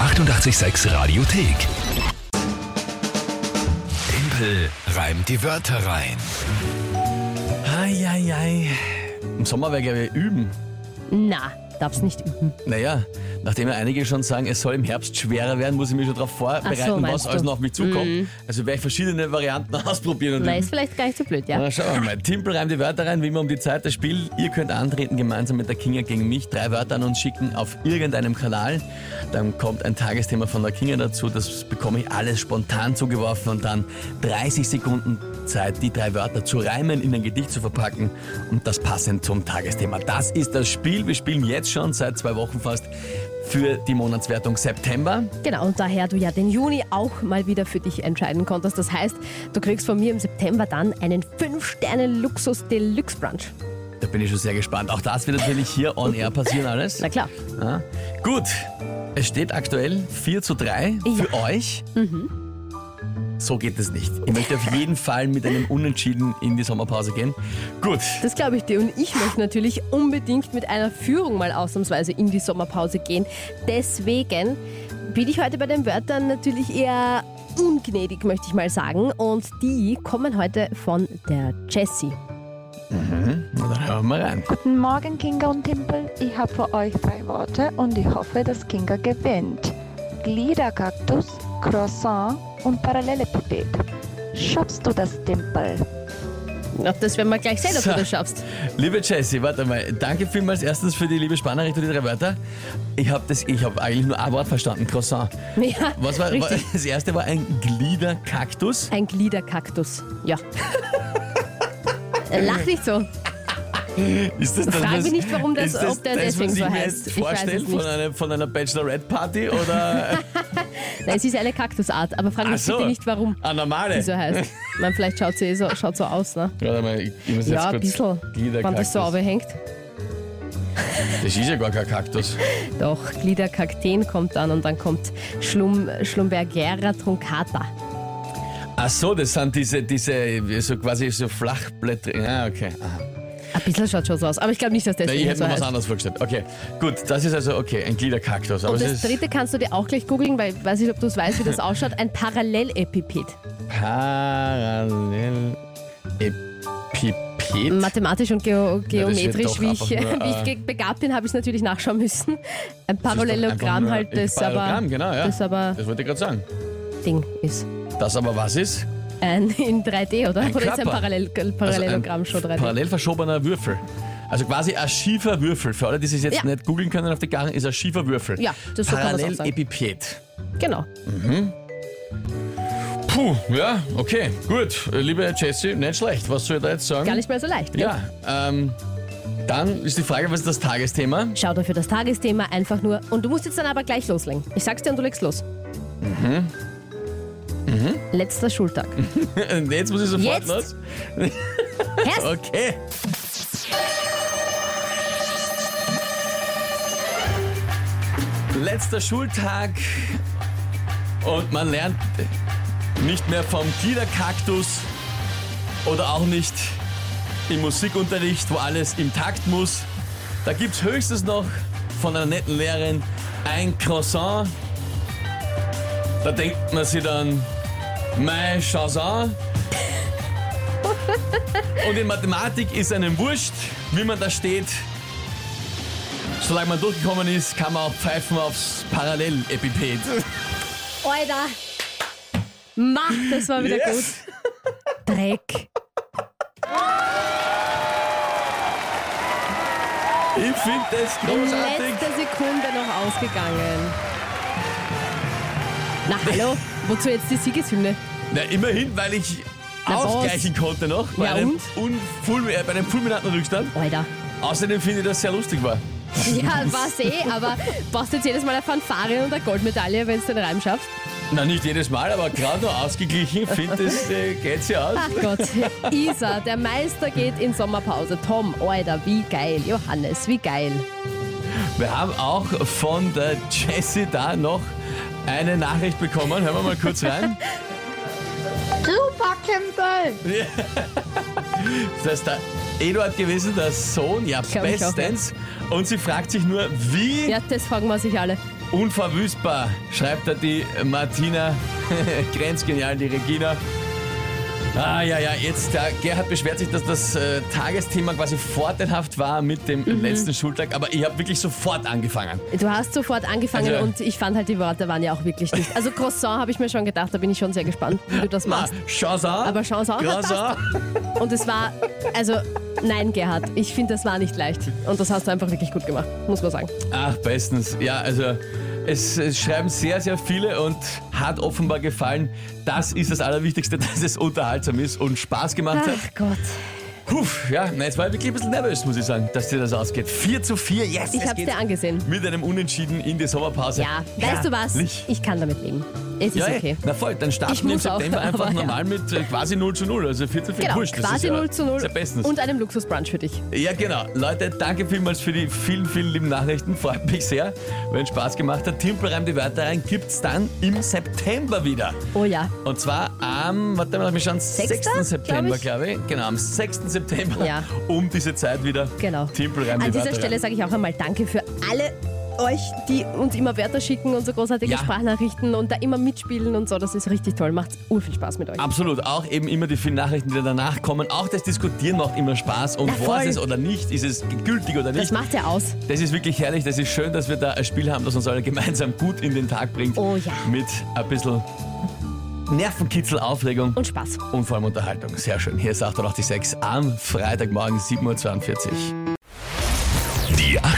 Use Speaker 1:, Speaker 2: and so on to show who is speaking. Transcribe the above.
Speaker 1: 886 Radiothek. Tempel reimt die Wörter rein.
Speaker 2: Eieiei. Im Sommer wäre gerne üben.
Speaker 3: Na, darf's nicht üben.
Speaker 2: Naja, nachdem ja einige schon sagen, es soll im Herbst schwerer werden, muss ich mich schon darauf vorbereiten,
Speaker 3: Ach so,
Speaker 2: was
Speaker 3: meinst
Speaker 2: alles
Speaker 3: du? Mhm.
Speaker 2: noch auf mich zukommt. Also werde ich verschiedene Varianten ausprobieren. Und
Speaker 3: Na,
Speaker 2: üben.
Speaker 3: ist vielleicht gar nicht so blöd, ja?
Speaker 2: Na, schauen wir mal. Timpel reimt die Wörter rein, wie immer um die Zeit. Das Spiel, ihr könnt antreten, gemeinsam mit der Kinga gegen mich, drei Wörter an uns schicken auf irgendeinem Kanal. Dann kommt ein Tagesthema von der Kinga dazu, das bekomme ich alles spontan zugeworfen und dann 30 Sekunden Zeit, die drei Wörter zu reimen, in ein Gedicht zu verpacken und das passend zum Tagesthema. Das ist das Spiel. Wir spielen jetzt schon seit zwei Wochen fast für die Monatswertung September.
Speaker 3: Genau, und daher du ja den Juni auch mal wieder für dich entscheiden konntest. Das heißt, du kriegst von mir im September dann einen 5-Sterne-Luxus-Deluxe-Brunch.
Speaker 2: Da bin ich schon sehr gespannt. Auch das wird natürlich hier on air passieren alles.
Speaker 3: Na klar.
Speaker 2: Ja. Gut, es steht aktuell 4 zu 3 für euch.
Speaker 3: Mhm.
Speaker 2: So geht es nicht. Ich möchte auf jeden Fall mit einem Unentschieden in die Sommerpause gehen. Gut,
Speaker 3: Das glaube ich dir. Und ich möchte natürlich unbedingt mit einer Führung mal ausnahmsweise in die Sommerpause gehen. Deswegen bin ich heute bei den Wörtern natürlich eher ungnädig, möchte ich mal sagen. Und die kommen heute von der Jessie.
Speaker 2: na, dann hören wir mal rein.
Speaker 4: Guten Morgen, Kinga und Timpel. Ich habe für euch drei Worte und ich hoffe, dass Kinga gewinnt. Gliederkaktus, Croissant und Parallelepiped. Schaffst du das, Timpel?
Speaker 3: Na, das werden wir gleich sehen, ob
Speaker 2: So.
Speaker 3: du das schaffst.
Speaker 2: Liebe Jessie, warte mal. Danke vielmals erstens für die liebe Spannericht und die drei Wörter. Ich habe hab eigentlich nur ein Wort verstanden, Croissant.
Speaker 3: Ja,
Speaker 2: Was war, war
Speaker 3: richtig.
Speaker 2: das erste war ein Gliederkaktus.
Speaker 3: Ein Gliederkaktus. Ja. Lach nicht so.
Speaker 2: Ist das
Speaker 3: Frag
Speaker 2: was-
Speaker 3: mich nicht, warum das-
Speaker 2: ist
Speaker 3: ob der deswegen
Speaker 2: was ich
Speaker 3: so
Speaker 2: mir jetzt
Speaker 3: heißt. Ich weiß es
Speaker 2: vorstelle von
Speaker 3: nicht.
Speaker 2: einer, von einer Bachelorette-Party oder
Speaker 3: Nein, es ist eine Kaktusart, aber frag
Speaker 2: Ach
Speaker 3: mich
Speaker 2: so.
Speaker 3: bitte nicht, warum
Speaker 2: eine normale?
Speaker 3: die so heißt. Man, vielleicht schaut sie eh so, schaut so aus, ne?
Speaker 2: Warte mal, ich ich muss
Speaker 3: Ja,
Speaker 2: jetzt
Speaker 3: ein
Speaker 2: kurz
Speaker 3: bisschen. Wenn das
Speaker 2: Gliederkaktus.
Speaker 3: so runterhängt.
Speaker 2: das ist ja gar kein Kaktus.
Speaker 3: Doch, Gliederkakteen kommt dann und dann kommt Schlum, Schlumbergera truncata.
Speaker 2: Ach so, das sind diese, diese so quasi so Flachblätter. Ja, okay. Aha.
Speaker 3: Ein bisschen schaut schon so aus, aber ich glaube nicht, dass das
Speaker 2: Nee, ich hätte
Speaker 3: so
Speaker 2: mir was
Speaker 3: heißt.
Speaker 2: anderes vorgestellt. Okay, gut, das ist also okay, ein Gliederkaktus. Aber
Speaker 3: Und das
Speaker 2: es ist
Speaker 3: dritte kannst du dir auch gleich googeln, weil ich weiß nicht, ob du es weißt, wie das ausschaut. Ein Parallelepiped.
Speaker 2: parallel
Speaker 3: Mathematisch und geo
Speaker 2: Ja, das wird
Speaker 3: geometrisch,
Speaker 2: doch
Speaker 3: wie, ich,
Speaker 2: einfach nur,
Speaker 3: wie ich
Speaker 2: äh,
Speaker 3: ge- begabt bin, habe ich es natürlich nachschauen müssen. Ein Parallelogramm halt, das aber,
Speaker 2: Parallelogramm, genau, ja.
Speaker 3: das aber
Speaker 2: Das wollte ich gerade sagen.
Speaker 3: Ding ist.
Speaker 2: Das aber was ist?
Speaker 3: Ein in 3D, oder?
Speaker 2: Ein
Speaker 3: oder ist ein
Speaker 2: Körper. Also
Speaker 3: Parallel Parallelogramm
Speaker 2: ein
Speaker 3: schon 3D?
Speaker 2: Parallel verschobener Würfel. Also quasi ein schiefer Würfel. Für alle, die sich jetzt
Speaker 3: Ja.
Speaker 2: nicht googeln können auf die Garten, ist ein schiefer Würfel.
Speaker 3: Ja, das so kann man's auch sagen.
Speaker 2: Parallelepiped.
Speaker 3: genau.
Speaker 2: Puh, ja, okay, gut. Äh, Liebe Jessie, nicht schlecht. Was soll ich da jetzt sagen?
Speaker 3: Gar nicht mehr so leicht.
Speaker 2: Ja, ähm, dann ist die Frage, was ist das Tagesthema?
Speaker 3: Schau dir für das Tagesthema einfach nur. Und du musst jetzt dann aber gleich loslegen. Ich sag's dir und du legst los.
Speaker 2: Mhm.
Speaker 3: Letzter Schultag.
Speaker 2: Jetzt muss ich sofort
Speaker 3: Jetzt?
Speaker 2: los.
Speaker 3: Herst,
Speaker 2: Okay. Letzter Schultag und man lernt nicht mehr vom Gliederkaktus oder auch nicht im Musikunterricht, wo alles im Takt muss. Da gibt's höchstens noch von einer netten Lehrerin ein Croissant. Da denkt man sich dann, mein Chazan. Und in Mathematik ist einem wurscht, wie man da steht. Solange man durchgekommen ist, kann man auch pfeifen aufs Parallelepiped.
Speaker 3: Alter! Mach, das war wieder
Speaker 2: Yes.
Speaker 3: gut. Dreck.
Speaker 2: Ich finde das großartig.
Speaker 3: Letzte Sekunde noch ausgegangen. Na hallo, wozu jetzt die Siegeshymne?
Speaker 2: Na, immerhin, weil ich
Speaker 3: Na, was?
Speaker 2: ausgleichen konnte noch bei,
Speaker 3: Ja,
Speaker 2: einem,
Speaker 3: und?
Speaker 2: unful- äh, bei einem fulminanten Rückstand.
Speaker 3: Alter.
Speaker 2: Außerdem finde ich das sehr lustig war.
Speaker 3: Ja, war's eh, aber brauchst jetzt jedes Mal eine Fanfare und eine Goldmedaille, wenn es den Reim schaffst.
Speaker 2: Na, nicht jedes Mal, aber gerade noch ausgeglichen, finde ich, äh, geht's ja aus.
Speaker 3: Ach Gott, Isa, der Meister geht in Sommerpause. Tom, Alter, wie geil. Johannes, wie geil.
Speaker 2: Wir haben auch von der Jessie da noch eine Nachricht bekommen. Hören wir mal kurz rein.
Speaker 5: Super, Kimball!
Speaker 2: Das ist der Eduard gewesen, der Sohn, ja,
Speaker 3: Glaub ich auch,
Speaker 2: bestens. Und sie fragt sich nur, wie
Speaker 3: Ja, das fragen wir sich alle.
Speaker 2: Unverwüstbar, schreibt da die Martina. Grenzgenial, die Regina. Ah, ja, ja, jetzt, der Gerhard beschwert sich, dass das äh, Tagesthema quasi vorteilhaft war mit dem
Speaker 3: Mhm.
Speaker 2: letzten Schultag, aber ich habe wirklich sofort angefangen.
Speaker 3: Du hast sofort angefangen
Speaker 2: Also-
Speaker 3: und ich fand halt, die Wörter waren ja auch wirklich nicht. Also Croissant habe ich mir schon gedacht, da bin ich schon sehr gespannt, wie du das machst.
Speaker 2: Chance
Speaker 3: Aber schau's an,
Speaker 2: Chance an.
Speaker 3: Und es war, also nein, Gerhard, ich finde, das war nicht leicht. Und das hast du einfach wirklich gut gemacht, muss man sagen.
Speaker 2: Ach, bestens. Ja, also es, es schreiben sehr, sehr viele und hat offenbar gefallen. Das ist das Allerwichtigste, dass es unterhaltsam ist und Spaß gemacht hat.
Speaker 3: Ach Gott.
Speaker 2: Puh, ja, nein, jetzt war ich wirklich ein bisschen nervös, muss ich sagen, dass dir das ausgeht. 4 zu 4, yes,
Speaker 3: Ich
Speaker 2: es
Speaker 3: hab's
Speaker 2: geht
Speaker 3: dir angesehen.
Speaker 2: Mit einem Unentschieden in die Sommerpause.
Speaker 3: Ja, weißt du was?
Speaker 2: Herrlich.
Speaker 3: Ich kann damit leben. Es ist
Speaker 2: Ja,
Speaker 3: okay.
Speaker 2: okay. na voll, dann starten
Speaker 3: Ich
Speaker 2: wir im
Speaker 3: muss auch,
Speaker 2: September einfach
Speaker 3: aber ja.
Speaker 2: normal mit äh, quasi 0 zu 0, also 4 zu 4.
Speaker 3: Genau,
Speaker 2: Wurscht, das
Speaker 3: quasi
Speaker 2: ist ja,
Speaker 3: 0 zu 0
Speaker 2: Ist ja bestens.
Speaker 3: und einem Luxusbrunch für dich.
Speaker 2: Ja, genau. Leute, danke vielmals für die vielen, vielen lieben Nachrichten. Freut mich sehr, wenn Spaß gemacht hat. Timpelreim die Wörter rein gibt's dann im September wieder.
Speaker 3: Oh ja,
Speaker 2: Und zwar am, warte mal, lass mich schauen, 6.
Speaker 3: Sechster,
Speaker 2: September,
Speaker 3: glaub ich.
Speaker 2: glaube ich. Genau, am 6. September
Speaker 3: Ja.
Speaker 2: um diese Zeit wieder.
Speaker 3: genau.
Speaker 2: Timpelreim die
Speaker 3: An dieser
Speaker 2: Wörter
Speaker 3: Stelle
Speaker 2: rein.
Speaker 3: sage ich auch einmal Danke für alle euch, die uns immer Wörter schicken und so großartige
Speaker 2: Ja.
Speaker 3: Sprachnachrichten und da immer mitspielen und so. Das ist richtig toll. Macht urviel Spaß mit euch.
Speaker 2: Absolut, auch eben immer die vielen Nachrichten, die danach kommen. Auch das Diskutieren macht immer Spaß. Und
Speaker 3: Na,
Speaker 2: war
Speaker 3: voll.
Speaker 2: es es oder nicht? Ist es gültig oder
Speaker 3: Das
Speaker 2: nicht?
Speaker 3: macht ja aus.
Speaker 2: Das ist wirklich herrlich, das ist schön, dass wir da ein Spiel haben, das uns alle gemeinsam gut in den Tag bringt.
Speaker 3: Oh ja.
Speaker 2: Mit ein bisschen Nervenkitzel, Aufregung
Speaker 3: Und Spaß.
Speaker 2: und vor allem Unterhaltung. Sehr schön. Hier ist 886 am Freitagmorgen 7.42 Uhr.
Speaker 1: Die